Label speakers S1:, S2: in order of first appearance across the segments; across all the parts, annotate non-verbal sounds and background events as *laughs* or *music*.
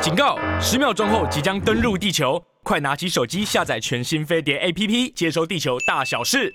S1: 警告！十秒钟后即将登陆地球，快拿起手机下载全新飞碟 APP，接收地球大小事。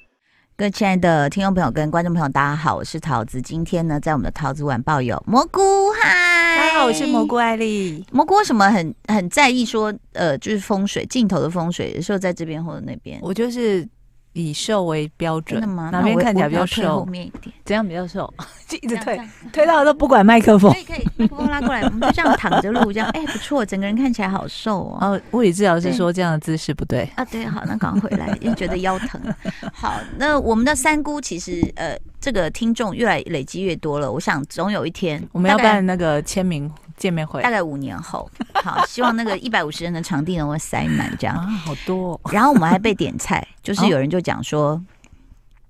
S2: 各位亲爱的听众朋友跟观众朋友，大家好，我是桃子。今天呢，在我们的桃子晚报有蘑菇，嗨，
S3: 大家好，我是蘑菇。艾丽。
S2: 蘑菇为什么很很在意说，呃，就是风水镜头的风水，有时候在这边或者那边，
S3: 我就是以瘦为标
S2: 真
S3: 准，
S2: 的吗？
S3: 哪边
S2: 那我
S3: 看起来比
S2: 我
S3: 较
S2: 要退后
S3: 瘦？
S2: 面一
S3: *laughs*
S2: 点，
S3: 怎样比较瘦？就一直
S2: 这样，
S3: 推 *laughs*
S2: 这样
S3: 推到都不管麦克风
S2: 可。以可以，麦克风拉过来，我们就这样躺着录，这样哎不错，整个人看起来好瘦哦。
S3: *laughs* 哦，物理治疗师说这样的姿势不对。
S2: 啊，对，好，那赶快回来，因为觉得腰疼。 *laughs* 好，那我们的三姑其实呃，这个听众越来累积越多了，我想总有一天
S3: 我们要
S2: 大概
S3: 办那个签名见面会
S2: 大概五年后，好，希望那个一百五十人的场地能够塞满这
S3: 啊，
S2: 样。
S3: 好多哦
S2: 然后我们还被点菜，就是
S3: 哦
S2: 有人就讲说，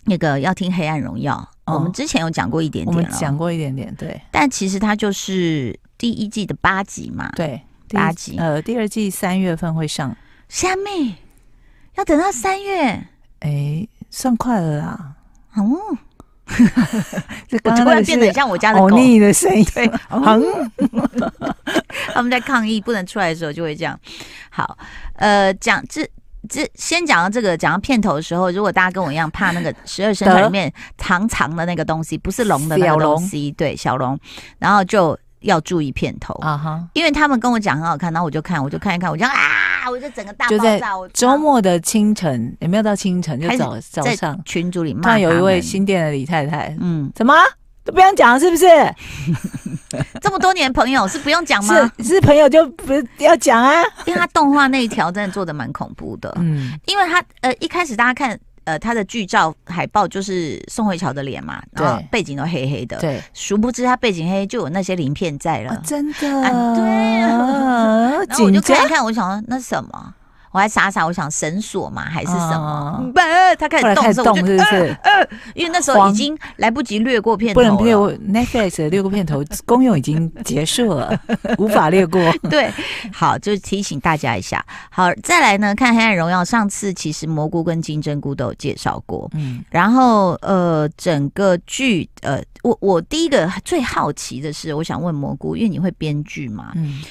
S2: 那个要听《黑暗荣耀》，
S3: 哦
S2: 我们之前有讲过一点
S3: 我们
S2: 点
S3: 讲
S2: 了，
S3: 过一点哦点，对
S2: 但其实它就是第一季的八集嘛。
S3: 对。第一
S2: 八集
S3: 呃，第二季三月份会上，
S2: 虾妹要等到三月
S3: 哎，算快了啦。
S2: 哦，
S3: *laughs* 这
S2: 我
S3: 刚刚
S2: 突
S3: 那
S2: 然
S3: 个
S2: 变得很
S3: 是哦
S2: 像我家的
S3: *laughs* 嗷
S2: 狗，
S3: 腻的声音，对，哦
S2: *laughs* 他们在抗议不能出来的时候就会这样。好，呃，讲这。这先讲到这个，讲到片头的时候，如果大家跟我一样怕那
S3: *laughs*
S2: 个十二生肖里面长长的那个东西，不是龙的那个东西，对，小龙，然后就要注意片头，
S3: 啊哈。
S2: 因为他们跟我讲很好看，然后我就看，我就看一看，我就啊，我就整个大
S3: 就
S2: 爆
S3: 在
S2: 炸。我
S3: 周末的清晨也没有到清晨，就
S2: 开始
S3: 早早
S2: 在
S3: 上，
S2: 群组里
S3: 突
S2: 骂
S3: 然有一
S2: 他
S3: 位
S2: 们，
S3: 新店的李太太，
S2: 嗯，
S3: 怎么都不想讲了是不是？
S2: 这么多年朋友是不用讲吗？
S3: *laughs* 是是朋友就不要讲啊。
S2: 因为他动画那一条真的做的蛮恐怖的，
S3: 嗯，
S2: 因为他呃一开始大家看呃他的剧照海报就是宋慧乔的脸嘛，
S3: 对
S2: 然后背景都黑黑的，
S3: 对，
S2: 殊不知他背景黑就有那些鳞片在了。
S3: 真的
S2: 呃啊对 *laughs* 啊然后我就
S3: 紧张
S2: 看一看，我想说那什么，我还傻傻我想绳索嘛还是什么。
S3: 么？
S2: 不、他开
S3: 啊嗯后
S2: 始动的
S3: 来开始
S2: 时候，我
S3: 动
S2: 就是呃
S3: 不是？
S2: 因为那时候已
S3: 慌
S2: 经来不及略过片头
S3: 不能
S2: 了，
S3: 略过 Netflix 的六个片头， *laughs* 公用已经结
S2: *laughs*
S3: 束了，无法略过。
S2: *laughs* 对，好，就提醒大家一下。好，再来呢，看《黑暗荣耀》，上次其实蘑菇跟金针菇都有介绍过，
S3: 嗯，
S2: 然后呃，整个剧呃，我我第一个最好奇的是，我想问蘑菇，因为你会编剧嘛，
S3: 嗯，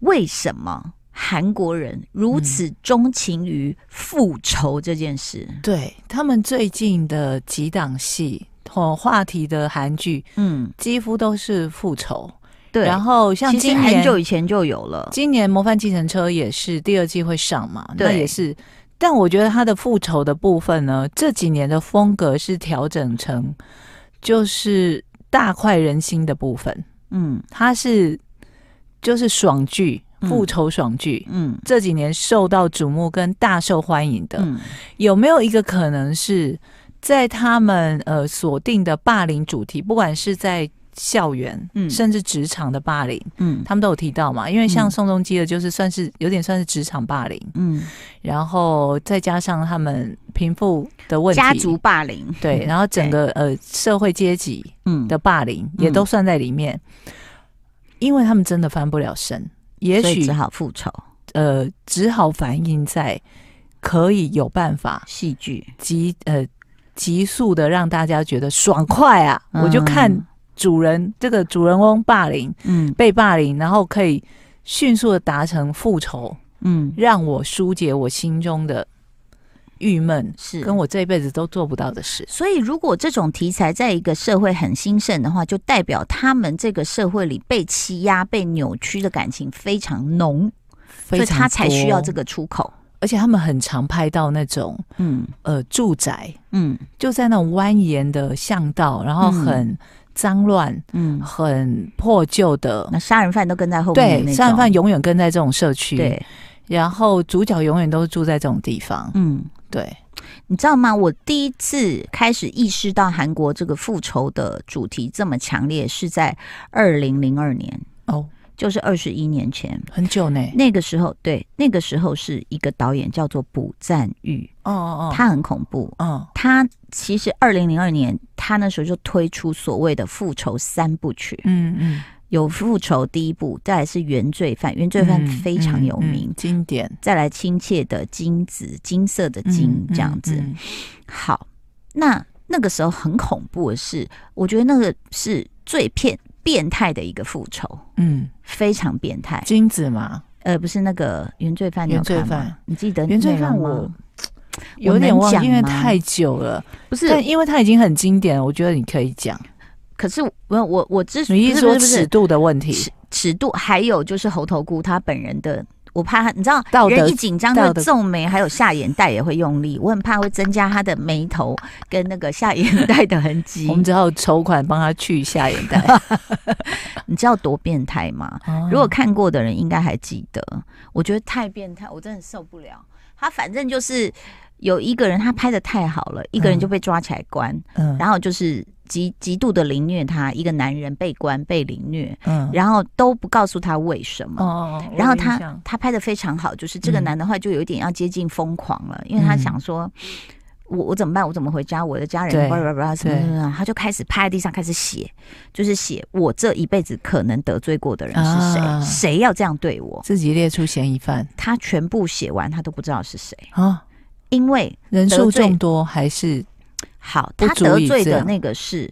S2: 为什么韩国人如此
S3: 嗯
S2: 钟情于复仇这件事？
S3: 对他们最近的几档戏，哦，话题的韩剧
S2: 嗯，
S3: 几乎都是复仇，
S2: 对。
S3: 然后像
S2: 其实
S3: 今
S2: 很
S3: 年
S2: 久以前就有了，
S3: 今年《模范计程车》也是第二季会上嘛，
S2: 对
S3: 那也是。但我觉得他的复仇的部分呢，这几年的风格是调整成就是大快人心的部分，
S2: 嗯
S3: 它是就是爽剧、
S2: 嗯
S3: 复仇爽剧。
S2: 嗯
S3: 这几年受到瞩目跟大受欢迎的，
S2: 嗯，
S3: 有没有一个可能是在他们呃锁定的霸凌主题，不管是在校园，
S2: 嗯
S3: 甚至职场的霸凌，
S2: 嗯
S3: 他们都有提到嘛，因为
S2: 嗯
S3: 像宋仲基的，就是算是有点算是职场霸凌，
S2: 嗯，
S3: 然后再加上他们贫富的问题，
S2: 家族嗯霸凌，
S3: 对，然后整个呃社会阶级
S2: 嗯
S3: 的霸凌也都算在里面，因为他们真的翻不了身，也
S2: 所以
S3: 许
S2: 只好复仇
S3: 呃只好反映在可以有办法
S2: 戏剧，
S3: 急呃急速的让大家觉得爽快啊，我就看主人这个主人翁霸凌。
S2: 嗯
S3: 被霸凌，然后可以迅速的达成复仇，
S2: 嗯
S3: 让我疏解我心中的郁闷，
S2: 是
S3: 跟我这辈子都做不到的事。
S2: 所以，如果这种题材在一个社会很兴盛的话，就代表他们这个社会里被欺压、被扭曲的感情非常浓，所以
S3: 非常
S2: 他才需要
S3: 多
S2: 这，个出口。
S3: 而且他们很常拍到那种
S2: 嗯
S3: 呃住宅，
S2: 嗯
S3: 就在那种蜿蜒的巷道，然后
S2: 嗯
S3: 很脏乱、
S2: 嗯，
S3: 很破旧的。
S2: 那杀人犯都跟在后嗯面的那
S3: 对，
S2: 种，
S3: 杀人犯永远跟在这种社区，，
S2: 对，
S3: 然后主角永远都住在这种地方，
S2: 嗯，
S3: 对，
S2: 你知道吗？我第一次开始意识到韩国这个复仇的主题这么强烈，是在二零零二年，
S3: 哦，
S2: 就是二十一年前。
S3: 很久呢，
S2: 那个时候，对，那个时候是一个导演叫做朴赞玉，
S3: 哦哦
S2: 他很恐怖，
S3: 哦，哦，
S2: 他其实二零零二年，他那时候就推出所谓的复仇三部曲，
S3: 嗯嗯。
S2: 有复仇第一部，再来是原罪犯，原罪犯
S3: 嗯
S2: 非常有名，
S3: 嗯嗯经典
S2: 再来亲切的金子，金色的金
S3: 嗯
S2: 这样子。
S3: 嗯嗯
S2: 好，那那个时候很恐怖的是，我觉得那个是最片变态的一个复仇，
S3: 嗯，
S2: 非常变态。
S3: 金子嘛，
S2: 呃，不是那个原罪犯，你有
S3: 原罪
S2: 看吗
S3: 犯，
S2: 你记得
S3: 原罪
S2: 呃内容
S3: 犯
S2: 吗
S3: 我有点
S2: 能
S3: 忘，
S2: 讲
S3: 因为
S2: 吗
S3: 太久了。
S2: 不是
S3: 但因为它已经很经典了，我觉得你可以讲。
S2: 可是我我我之所
S3: 你
S2: 以
S3: 一
S2: 不是不是
S3: 说
S2: 不
S3: 尺
S2: 是
S3: 度的问题，
S2: 尺尺度，还有就是猴头菇他本人的，我怕他，你知道，
S3: 道德
S2: 人一紧张就
S3: 道
S2: 会
S3: 德
S2: 皱眉，还有下眼袋也会用力，我很怕会增加他的眉头跟那个下眼袋的痕迹
S3: *laughs* 我。们只好筹款帮他去下眼袋。
S2: 你知道多变态吗？
S3: 嗯
S2: 如果看过的人应该还记得，我觉得太变态，我真的受不了。他反正就是有一个人他拍的太好了，一个人
S3: 嗯
S2: 就被抓起来关，
S3: 嗯
S2: 然后就是极极度的凌虐他，一个男人被关被凌虐，
S3: 嗯
S2: 然后都不告诉他为什么。
S3: 哦，
S2: 然后
S3: 我有印
S2: 他
S3: 象
S2: 他拍的非常好，就是这个
S3: 嗯
S2: 男的话就有一点要接近疯狂了，因为他
S3: 嗯
S2: 想说，我我怎么办？我怎么回家？我的家
S3: 对
S2: 人叭叭叭什么什么什么，他就开始趴在地上开始写，就是写我这一辈子可能得罪过的人是谁，
S3: 啊
S2: 谁要这样对我？
S3: 自己列出嫌疑犯
S2: 他全部写完，他都不知道是谁，
S3: 啊，
S2: 因为
S3: 人数
S2: 得罪
S3: 众多还是
S2: 好，
S3: 不
S2: 他
S3: 足
S2: 得
S3: 以
S2: 罪
S3: 这
S2: 的
S3: 样
S2: 那个是。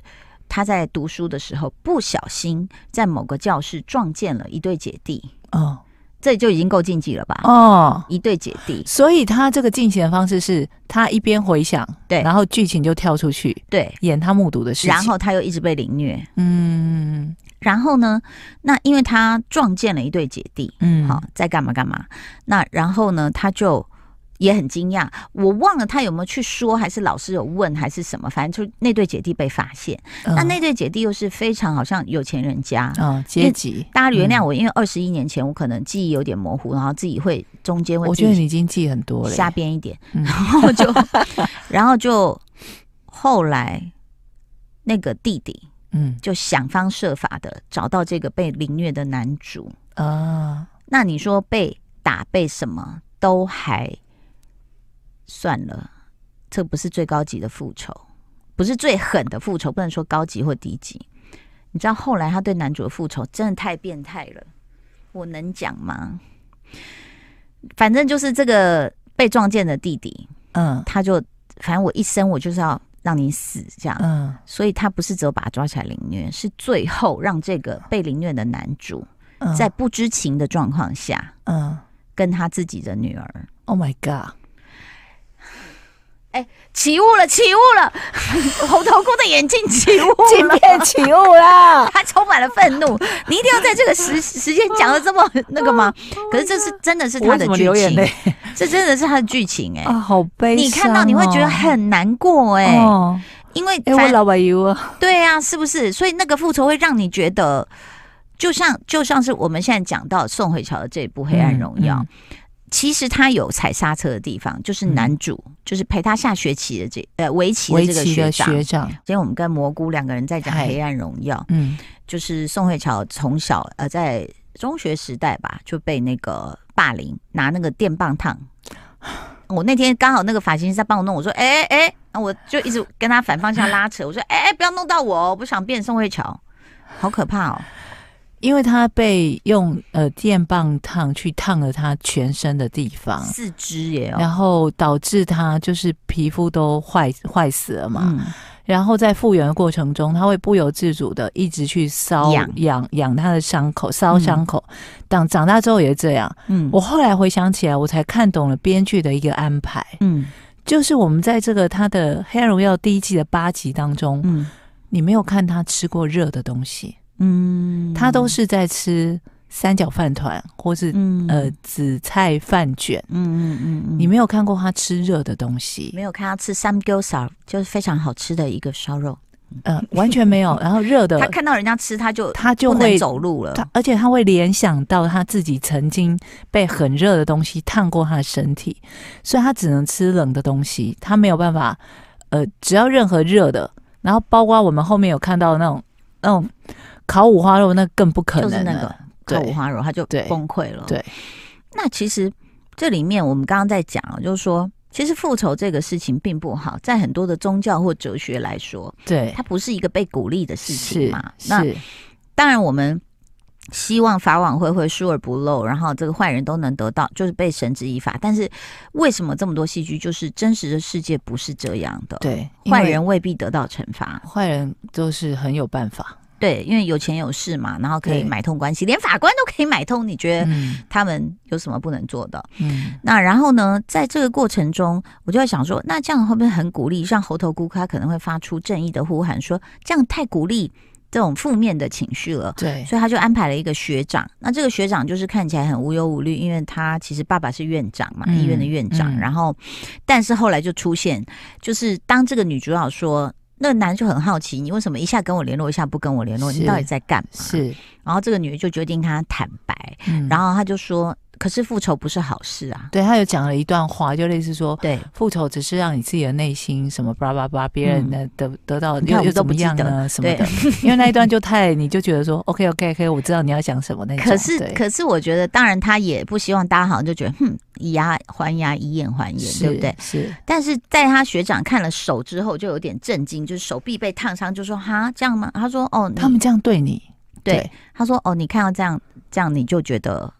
S2: 他在读书的时候不小心在某个教室撞见了一对姐弟，
S3: 哦
S2: 这就已经够禁忌了吧？
S3: 哦。
S2: 一对姐弟，
S3: 所以他这个进行的方式是，他一边回想，
S2: 对
S3: 然后剧情就跳出去
S2: 对，
S3: 演他目睹的事情，
S2: 然后他又一直被凌虐。
S3: 嗯
S2: 然后呢，那因为他撞见了一对姐弟，
S3: 嗯
S2: 好、在干嘛干嘛。那然后呢，他就也很惊讶，我忘了他有没有去说，还是老师有问，还是什么，反正就那对姐弟被发现。
S3: 嗯
S2: 那那对姐弟又是非常好像有钱人家。
S3: 啊阶级，
S2: 大家原谅
S3: 我，
S2: 我，因为二十一年前我可能记忆有点模糊，然后自己会中间会
S3: 我
S2: 自
S3: 觉得
S2: 己
S3: 你已经记很多了耶，
S2: 瞎编一点，
S3: 嗯
S2: 然后就 *laughs* 然后就后来那个弟弟
S3: 嗯
S2: 就想方设法的找到这个被凌虐的男主。
S3: 啊，
S2: 那你说被打被什么都还算了，这不是最高级的复仇，不是最狠的复仇，不能说高级或低级。你知道后来他对男主的复仇真的太变态了，我能讲吗？反正就是这个被撞见的弟弟，
S3: 嗯
S2: 他就反正我一生我就是要让你死这样。
S3: 嗯
S2: 所以他不是只有把他抓起来凌虐，是最后让这个被凌虐的男主
S3: 嗯，
S2: 在不知情的状况下
S3: 嗯
S2: 跟他自己的女儿
S3: ，Oh my
S2: *laughs*
S3: God，
S2: 起雾了，起雾了，猴头菇的眼睛起雾
S3: 镜
S2: 了。
S3: 片起雾啦，
S2: 他充满了愤怒，你一定要在这个
S3: *laughs*
S2: 时时间讲的这么那个吗？可是这是真的是
S3: 啊我
S2: 他
S3: 为
S2: 的
S3: 什么
S2: 剧
S3: 流眼
S2: 情
S3: 泪，
S2: 这真的是他的剧情哎、
S3: 啊，好悲伤哦，
S2: 你看到你会觉得很难过哎、
S3: 哦，
S2: 因为
S3: 哎，
S2: 反
S3: 我老板油啊，
S2: 对啊，是不是？所以那个复仇会让你觉得，就像就像是我们现在讲到宋慧乔的这一部《黑暗荣耀》
S3: 嗯
S2: 其实他有踩刹车的地方，就是男主，就是陪他下学期的这呃围棋的
S3: 嗯围
S2: 这个
S3: 棋
S2: 学
S3: 的
S2: 长。
S3: 学长，
S2: 今天我们跟蘑菇两个人在讲《
S3: 嗨
S2: 黑暗荣耀》，
S3: 嗯
S2: 就是宋慧乔从小呃在中学时代吧就被那个霸凌，拿那个电棒烫。我那天刚好那个发型师在帮我弄，我说哎哎、哎，那我就一直跟他反方向拉扯，我说哎哎、不要弄到我哦，我不想变宋慧乔，好可怕哦。
S3: 因为他被用呃电棒烫去烫了他全身的地方，
S2: 四肢也哦，
S3: 然后导致他就是皮肤都坏坏死了嘛。
S2: 嗯，
S3: 然后在复原的过程中，他会不由自主的一直去搔
S2: 痒
S3: 痒痒他的伤口，搔伤口。长、长大之后也是这样。
S2: 嗯，
S3: 我后来回想起来，我才看懂了编剧的一个安排，
S2: 嗯
S3: 就是我们在这个他的《黑暗荣耀》第一季的八集当中，
S2: 嗯
S3: 你没有看他吃过热的东西，
S2: 嗯，
S3: 他都是在吃三角饭团或是、
S2: 嗯
S3: 呃紫菜饭卷。
S2: 嗯嗯嗯，
S3: 你没有看过他吃热的东西，
S2: 没有看他吃三 g i 烧，就是非常好吃的一个烧肉，
S3: 呃，完全没有。然后热
S2: *laughs*
S3: 的，
S2: 他看到人家吃他就
S3: 他就
S2: 不能
S3: 会
S2: 走路了，
S3: 他，而且他会联想到他自己曾经被很热的东西烫过他的身体，所以他只能吃冷的东西，他没有办法。呃，只要任何热的，然后包括我们后面有看到那种那种烤五花肉，那更不可
S2: 就是
S3: 能
S2: 那
S3: 了
S2: 个靠五
S3: 对
S2: 花肉，他就
S3: 对
S2: 崩溃了。
S3: 对，
S2: 那其实这里面我们刚刚在讲啊，就是说，其实复仇这个事情并不好，在很多的宗教或哲学来说，
S3: 对，
S2: 它不是一个被鼓励的事情
S3: 是
S2: 嘛。那
S3: 是，
S2: 当然我们。希望法网恢恢，疏而不漏，然后这个坏人都能得到，就是被绳之以法。但是为什么这么多戏剧？就是真实的世界不是这样的，
S3: 对，因
S2: 呃坏
S3: 为
S2: 人未必得到惩罚。
S3: 坏人都是很有办法，
S2: 对，因为有钱有势嘛，然后可以
S3: 对
S2: 买通关系，连法官都可以买通，你觉得
S3: 嗯
S2: 他们有什么不能做的？
S3: 嗯，
S2: 那然后呢，在这个过程中，我就在想说，那这样会不会很鼓励？像猴头菇，他可能会发出正义的呼喊说这样太鼓励这种负面的情绪了。
S3: 对，
S2: 所以他就安排了一个学长，那这个学长就是看起来很无忧无虑，因为他其实爸爸是院长嘛，
S3: 嗯
S2: 医院的院长。
S3: 嗯
S2: 然后，但是后来就出现，就是当这个女主角说，那个男就很好奇，你为什么一下跟我联络，一下不跟我联络，
S3: 是
S2: 你到底在干嘛？。
S3: 是，
S2: 然后这个女的就决定跟他坦白，
S3: 嗯
S2: 然后他就说，可是复仇不是好事啊。
S3: 对他有讲了一段话，就类似说。
S2: 对，
S3: 复仇只是让你自己的内心什么叭叭叭，别人的得得到
S2: 嗯你看
S3: 又
S2: 我
S3: 又
S2: 们都
S3: 怎么
S2: 不记
S3: 样
S2: 得
S3: 呢？什么
S2: 对 *laughs*
S3: 的，因为那一段就太，你就觉得说 OK OK OK，我知道你要讲什么那种。
S2: 可是
S3: 对
S2: 可是我觉得，当然他也不希望大家好像就觉得，哼，以牙还牙，以眼还眼，
S3: 是
S2: 对不对？嗯
S3: 是，
S2: 但是在他学长看了手之后，就有点震惊，就是手臂被烫伤，就说哈这样吗？他说哦，你
S3: 他们这样对你，
S2: 对
S3: 对
S2: 他说哦，你看到这样这样你就觉得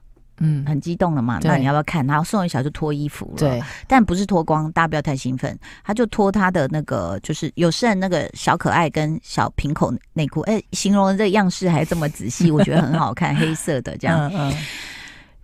S3: 嗯，
S2: 很啊激动了嘛？
S3: 对
S2: 那你要不要看？然后宋慧乔就脱衣服了，
S3: 对，
S2: 但不是脱光，大家不要太兴奋，他就脱他的那个就是有剩那个小可爱跟小平口内裤，哎，形容的这个样式还这么仔细，我觉得很好看， *laughs* 黑色的这样。
S3: 嗯嗯，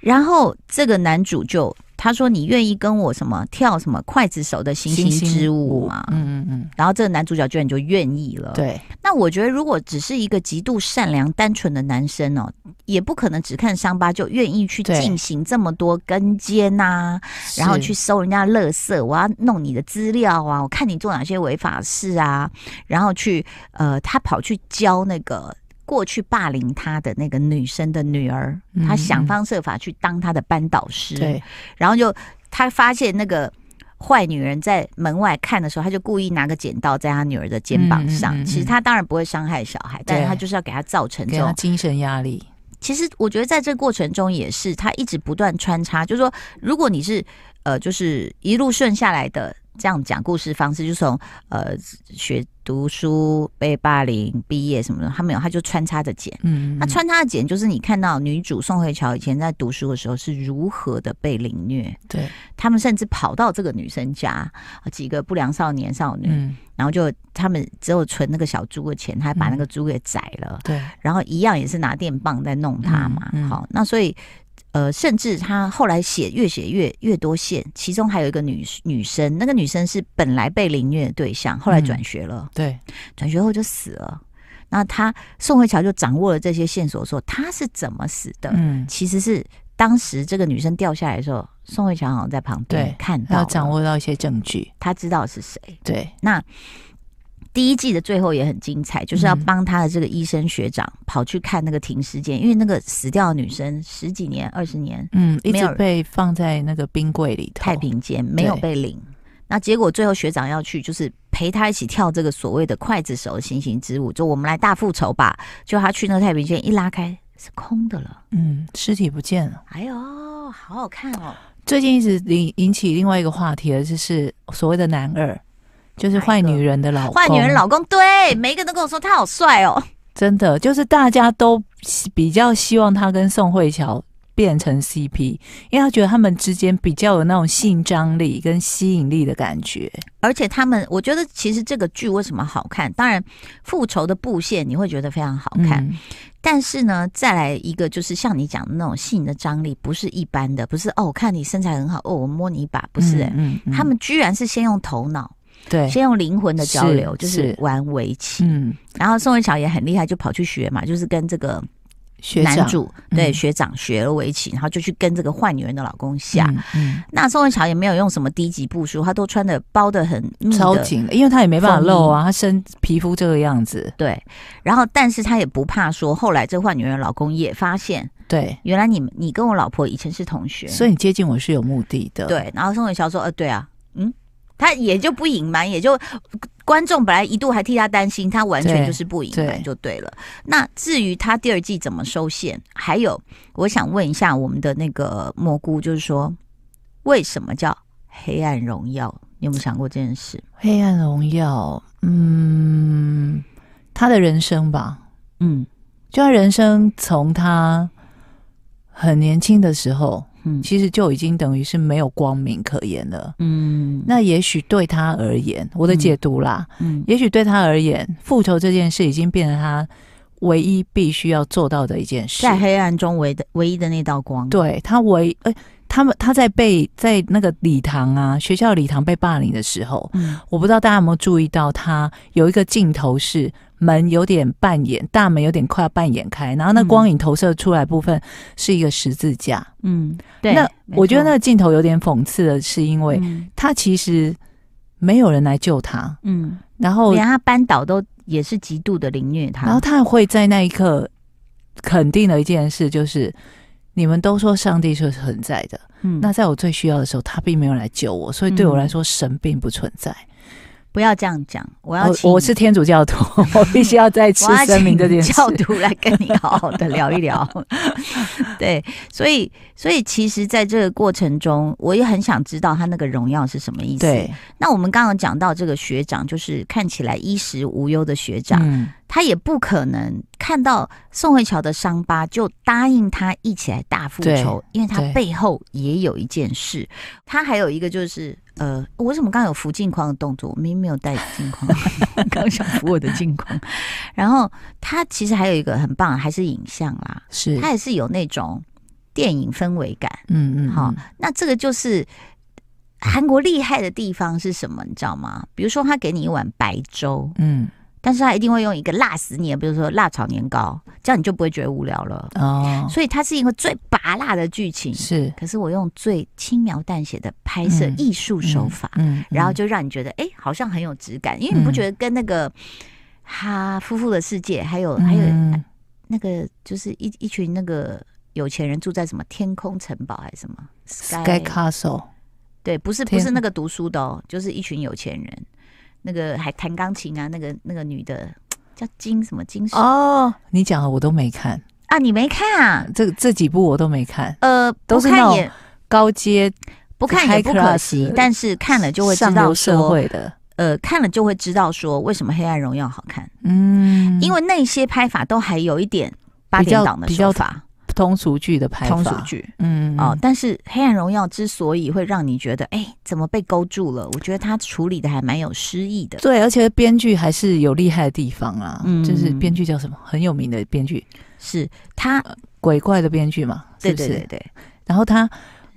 S2: 然后这个男主就他说你愿意跟我什么跳什么筷子手的星星之舞呃吗？
S3: 嗯嗯嗯，
S2: 然后这个男主角居然就愿意了。，
S3: 对，
S2: 那我觉得如果只是一个极度善良、单纯的男生哦，也不可能只看伤疤就愿意去
S3: 对
S2: 进行这么多跟啊接呐、然后
S3: 是
S2: 去搜人家垃圾，我要弄你的资料啊，我看你做哪些违法事啊，然后去呃，他跑去教那个。过去霸凌他的那个女生的女儿，
S3: 嗯
S2: 他想
S3: 嗯
S2: 方设法去当他的班导师。
S3: 对，
S2: 然后就他发现那个坏女人在门外看的时候，他就故意拿个剪刀在他女儿的肩膀上。
S3: 嗯嗯嗯嗯
S2: 其实他当然不会伤害小孩，但是他就是要给他造成这
S3: 给他
S2: 种。
S3: 精神压力，
S2: 其实我觉得在这个过程中也是，他一直不断穿插，就是说，如果你是呃，就是一路顺下来的。这样讲故事方式，就从呃学读书、被霸凌、毕业什么的，他没有，他就穿插着剪。
S3: 嗯，
S2: 那穿插着剪，就是你看到女主宋慧乔以前在读书的时候是如何的被凌虐，
S3: 对，
S2: 他们甚至跑到这个女生家，呃几个不良少年少女，
S3: 嗯，
S2: 然后就他们只有存那个小猪的钱，还把那个猪给宰了，
S3: 对，
S2: 然后一样也是拿电棒在弄他嘛。
S3: 嗯嗯
S2: 好，那所以呃，甚至他后来写越写越越多线，其中还有一个女女生，那个女生是本来被凌虐的对象，后来
S3: 嗯
S2: 转学了，
S3: 对，
S2: 转学后就死了。那他宋慧乔就掌握了这些线索说她是怎么死的，
S3: 嗯，
S2: 其实是当时这个女生掉下来的时候，宋慧乔好像在旁边
S3: 对
S2: 看到
S3: 要
S2: 了，
S3: 掌握到一些证据，
S2: 她知道是谁。
S3: 对，
S2: 那第一季的最后也很精彩，就是要
S3: 嗯
S2: 帮她的这个医生学长跑去看那个停尸间，因为那个死掉的女生十几年、二十年
S3: 嗯，一
S2: 没
S3: 直
S2: 有
S3: 被放在那个冰柜里头，
S2: 太平间没有被领。那结果最后学长要去，就是陪她一起跳这个所谓的刽子手的行刑之舞，就我们来大复仇吧。就她去那个太平间一拉开是空的了，
S3: 嗯，尸体不见了。
S2: 哎呦，好好看哦！
S3: 最近一直引引起另外一个话题的就是所谓的男二，就是
S2: 哪一
S3: 坏
S2: 个
S3: 女人的老公，
S2: 坏女人老公，对，每一个人都跟我说他好帅哦。
S3: 真的就是大家都希比较希望他跟宋慧乔变成 CP，因为他觉得他们之间比较有那种性张力跟吸引力的感觉。
S2: 而且他们，我觉得其实这个剧为什么好看？当然，复仇的布线你会觉得非常好看，
S3: 嗯
S2: 但是呢，再来一个就是像你讲的那种性的张力，不是一般的，不是哦，我看你身材很好，哦，我摸你一把，不是、欸
S3: 嗯嗯
S2: 他们居然是先用头脑，
S3: 对，
S2: 先用灵魂的交流，
S3: 是
S2: 就是
S3: 是
S2: 玩围棋。
S3: 嗯，
S2: 然后宋慧乔也很厉害，就跑去学嘛，就是跟这个
S3: 学
S2: 男
S3: 长
S2: 主对
S3: 嗯
S2: 学长学了围棋，然后就去跟这个坏女人的老公下。
S3: 嗯，
S2: 那宋慧乔也没有用什么低级步数，她都穿的包的很
S3: 嗯
S2: 密
S3: 超
S2: 的，
S3: 紧的，因为他也没办法露啊，他身皮肤这个样子，
S2: 对。然后，但是她也不怕说，后来这坏女人的老公也发现，
S3: 对，
S2: 原来你们你跟我老婆以前是同学，
S3: 所以你接近我是有目的的，，
S2: 对。然后宋慧乔说：“呃，对啊，嗯。”她也就不隐瞒，也就观众本来一度还替她担心，她完全
S3: 对
S2: 就是不隐
S3: 对
S2: 瞒就对了。那至于她第二季怎么收线，还有我想问一下我们的那个蘑菇，就是说为什么叫《黑暗荣耀》？你有没有想过这件事？
S3: 黑暗荣耀，嗯，他的人生吧，
S2: 嗯
S3: 就他人生从他很年轻的时候，
S2: 嗯
S3: 其实就已经等于是没有光明可言了。
S2: 嗯，
S3: 那也许对他而言，我的解读啦，
S2: 嗯
S3: 也许对他而言，复仇这件事已经变成他唯一必须要做到的一件事。
S2: 在黑暗中唯的唯一的那道光。
S3: 对他唯呃，他们他在被在那个礼堂啊，学校礼堂被霸凌的时候，
S2: 嗯，
S3: 我不知道大家有没有注意到，他有一个镜头是门有点半掩，大门有点快要半掩开，然后那
S2: 嗯
S3: 光影投射出来部分是一个十字架。
S2: 嗯，对。
S3: 那
S2: 没
S3: 我觉得
S2: 错
S3: 那个镜头有点讽刺的是，因为
S2: 嗯
S3: 他其实没有人来救他，
S2: 嗯，
S3: 然后
S2: 连他扳倒都也是极度的凌虐他。
S3: 哦然后他会在那一刻肯定了一件事，就是你们都说上帝是存在的，
S2: 嗯，
S3: 那在我最需要的时候，他并没有来救我，所以对我来说，神并不存在。
S2: 不要这样讲，嗯我要请
S3: 我我是天主教徒， *laughs* 我必须要再次
S2: 我要
S3: 声明
S2: 请
S3: 这件事。
S2: 教徒来跟你好好的聊一聊。 *laughs* 对，所以所以其实，在这个过程中，我也很想知道他那个荣耀是什么意思。，
S3: 对，
S2: 那我们刚刚讲到这个学长，就是看起来衣食无忧的学长，
S3: 嗯，
S2: 他也不可能看到宋慧乔的伤疤就答应他一起来大复仇，因为他
S3: 对
S2: 背后也有一件事。他还有一个就是，呃，我为什么刚刚有扶镜框的动作？我明明没有带镜
S3: *laughs*
S2: 框，我刚想扶我的镜框。然后他其实还有一个很棒，还是影像啦，
S3: 是，
S2: 他也是有那种电影氛围感。
S3: 嗯嗯，
S2: 好
S3: 嗯，
S2: 那这个就是韩国厉害的地方是什么？你知道吗？比如说他给你一碗白粥，
S3: 嗯，
S2: 但是他一定会用一个辣死你的，比如说辣炒年糕，这样你就不会觉得无聊了。
S3: 哦，
S2: 所以它是一个最拔辣的剧情，
S3: 是
S2: 可是我用最轻描淡写的拍摄
S3: 嗯
S2: 艺术手法，
S3: 嗯，嗯
S2: 然后就让你觉得哎、诶好像很有质感，因为你不
S3: 嗯
S2: 觉得跟那个哈夫妇的世界，还有、还有
S3: 嗯
S2: 那个就是一一群那个有钱人住在什么天空城堡还是什么
S3: Sky Castle，
S2: 对，不是不
S3: 天
S2: 是那个读书的哦，就是一群有钱人，那个还弹钢琴啊，那个那个女的叫金什么金什
S3: 哦，你讲的我都没看，
S2: 啊，你没看啊？
S3: 这这几部我都没看，
S2: 呃，
S3: 都
S2: 不
S3: 是
S2: 看
S3: 那
S2: 也
S3: 高阶
S2: 不看也
S3: high
S2: 不可
S3: class
S2: 惜
S3: 的，
S2: 但是看了就会知
S3: 上
S2: 道
S3: 流社
S2: 说，
S3: 会的，
S2: 呃，看了就会知道说为什么《黑暗荣耀》好看，
S3: 嗯，
S2: 因为那些拍法都还有一点八点档的
S3: 比较
S2: 手
S3: 比较
S2: 法、
S3: 通俗剧的拍法，
S2: 通俗剧
S3: 嗯，嗯
S2: 哦。但是《黑暗荣耀》之所以会让你觉得，哎，怎么被勾住了？我觉得他处理的还蛮有诗意的。
S3: 对，而且编剧还是有厉害的地方啊，
S2: 嗯
S3: 就是编剧叫什么很有名的编剧，
S2: 是他，
S3: 鬼怪的编剧嘛，呃
S2: 对
S3: 是不
S2: 对
S3: 是？
S2: 对对，
S3: 然后他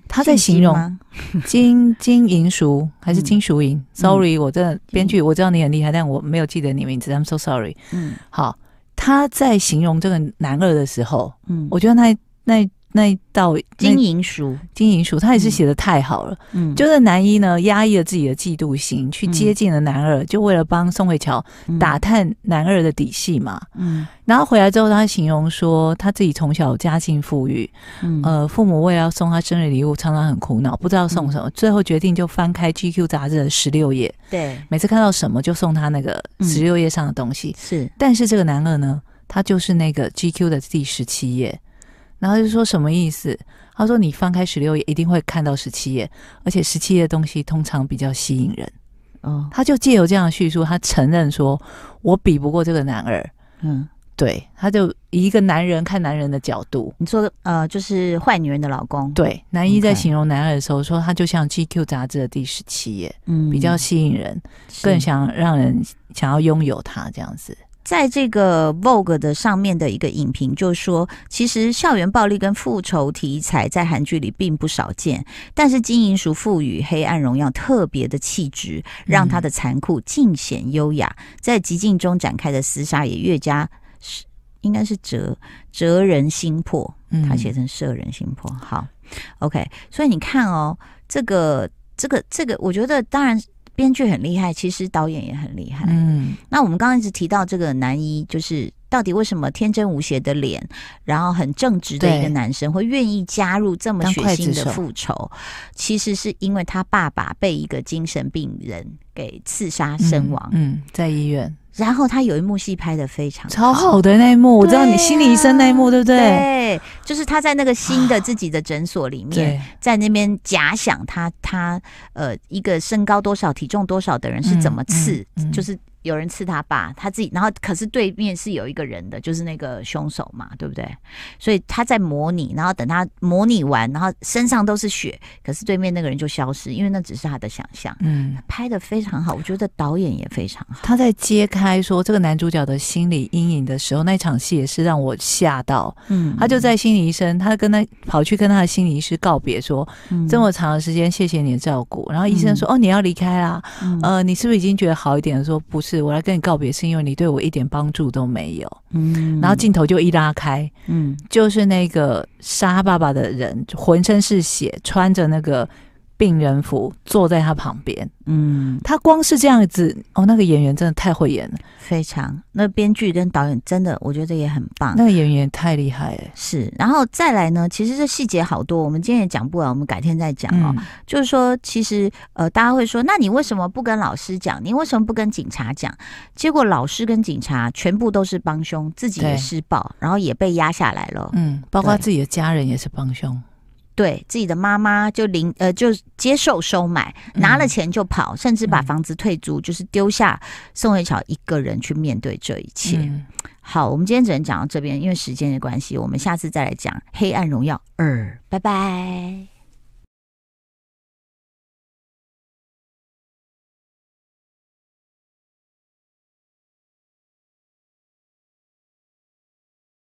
S3: 他在
S2: 信
S3: 形
S2: 息
S3: 容
S2: 吗
S3: 金金银淑还是
S2: 嗯
S3: 金淑银、s o r r y 我真的编剧我知道你很厉害，但我没有记得你名字，I'm so sorry。
S2: 嗯
S3: 好，他在形容这个男二的时候，
S2: 嗯，
S3: 我觉得那那那一道那
S2: 金银淑，
S3: 金银淑他也是
S2: 嗯
S3: 写的太好了。
S2: 嗯，
S3: 就是男一呢压抑了自己的嫉妒心，去
S2: 嗯
S3: 接近了男二，就为了帮宋慧乔打，探男二的底细嘛。
S2: 嗯
S3: 然后回来之后，他形容说他自己从小家境富裕，
S2: 嗯
S3: 呃，父母为了要送他生日礼物，常常很苦恼，不知道送
S2: 嗯
S3: 什么，最后决定就翻开 GQ 杂志的十六页，
S2: 对，
S3: 每次看到什么就送他那个
S2: 嗯
S3: 十六页上的东西。
S2: 是
S3: 但是这个男二呢，他就是那个 GQ 的第十七页，然后就说什么意思？他说你翻开十六页一定会看到十七页，而且十七页的东西通常比较吸引人。
S2: 哦，
S3: 他就借由这样的叙述，他承认说，我比不过这个男二。
S2: 嗯，
S3: 对，他就以一个男人看男人的角度，
S2: 你说的呃，就是坏女人的老公，，
S3: 对男一在
S2: OK
S3: 形容男二的时候说，他就像 GQ 杂志的第十七页，
S2: 嗯
S3: 比较吸引人，
S2: 是
S3: 更想让人想要拥有他这样子。
S2: 在这个 Vogue 的上面的一个影评就说，其实校园暴力跟复仇题材在韩剧里并不少见，但是金银淑赋予《黑暗荣耀》特别的气质，让
S3: 嗯
S2: 它的残酷尽显优雅，在极境中展开的厮杀也越加是应该是折折人心魄，
S3: 嗯
S2: 他写成摄人心魄。好，OK，所以你看哦，这个这个这个，我觉得当然编剧很厉害，其实导演也很厉害。
S3: 嗯
S2: 那我们刚刚一直提到这个男一，就是到底为什么天真无邪的脸，然后很正直的一个
S3: 对
S2: 男生会愿意加入这么
S3: 当
S2: 血
S3: 刽
S2: 腥
S3: 子
S2: 的
S3: 手
S2: 复仇？其实是因为他爸爸被一个精神病人给刺杀身亡。
S3: 嗯，嗯在医院。
S2: 然后他有一幕戏拍的非常
S3: 超好的那一幕，我
S2: 啊
S3: 知道你心理医生那一幕，对不对？
S2: 对，就是他在那个新的自己的诊所里面，
S3: 对
S2: 在那边假想他他呃一个身高多少体重多少的人是怎么刺，
S3: 嗯嗯嗯
S2: 就是有人刺他爸，他自己，然后可是对面是有一个人的，就是那个凶手嘛，对不对？所以他在模拟，然后等他模拟完，然后身上都是血，可是对面那个人就消失，因为那只是他的想象。
S3: 嗯，
S2: 拍的非常好，我觉得导演也非常好。
S3: 他在揭开说这个男主角的心理阴影的时候，那场戏也是让我吓到。
S2: 嗯
S3: 他就在心理医生，他跟他跑去跟他的心理医师告别，说
S2: 嗯
S3: 这么长的时间，谢谢你的照顾。然后医生说：“哦，你要离开啦，
S2: 嗯
S3: 呃，你是不是已经觉得好一点了？”说：“不是，我来跟你告别，是因为你对我一点帮助都没有。”
S2: 嗯
S3: 然后镜头就一拉开，
S2: 嗯
S3: 就是那个杀他爸爸的人，浑身是血，穿着那个病人服，坐在他旁边。
S2: 嗯，
S3: 他光是这样子，哦，那个演员真的太会演了，
S2: 非常。那编剧跟导演真的，我觉得也很棒。
S3: 那个演员太厉害了。
S2: 是，然后再来呢？其实这细节好多，我们今天也讲不完，我们改天再讲哦。
S3: 嗯
S2: 就是说，其实呃，大家会说，那你为什么不跟老师讲？你为什么不跟警察讲？结果老师跟警察全部都是帮凶，自己也
S3: 对
S2: 施暴，然后也被压下来了。
S3: 嗯，包括
S2: 对
S3: 自己的家人也是帮凶，
S2: 对自己的妈妈就领呃，就接受收买，拿了
S3: 嗯
S2: 钱就跑，甚至把
S3: 嗯
S2: 房子退租，就是丢下宋慧乔一个人去面对这一切。
S3: 嗯
S2: 好，我们今天只能讲到这边，因为时间的关系，我们下次再来讲《黑暗荣耀二》，拜拜。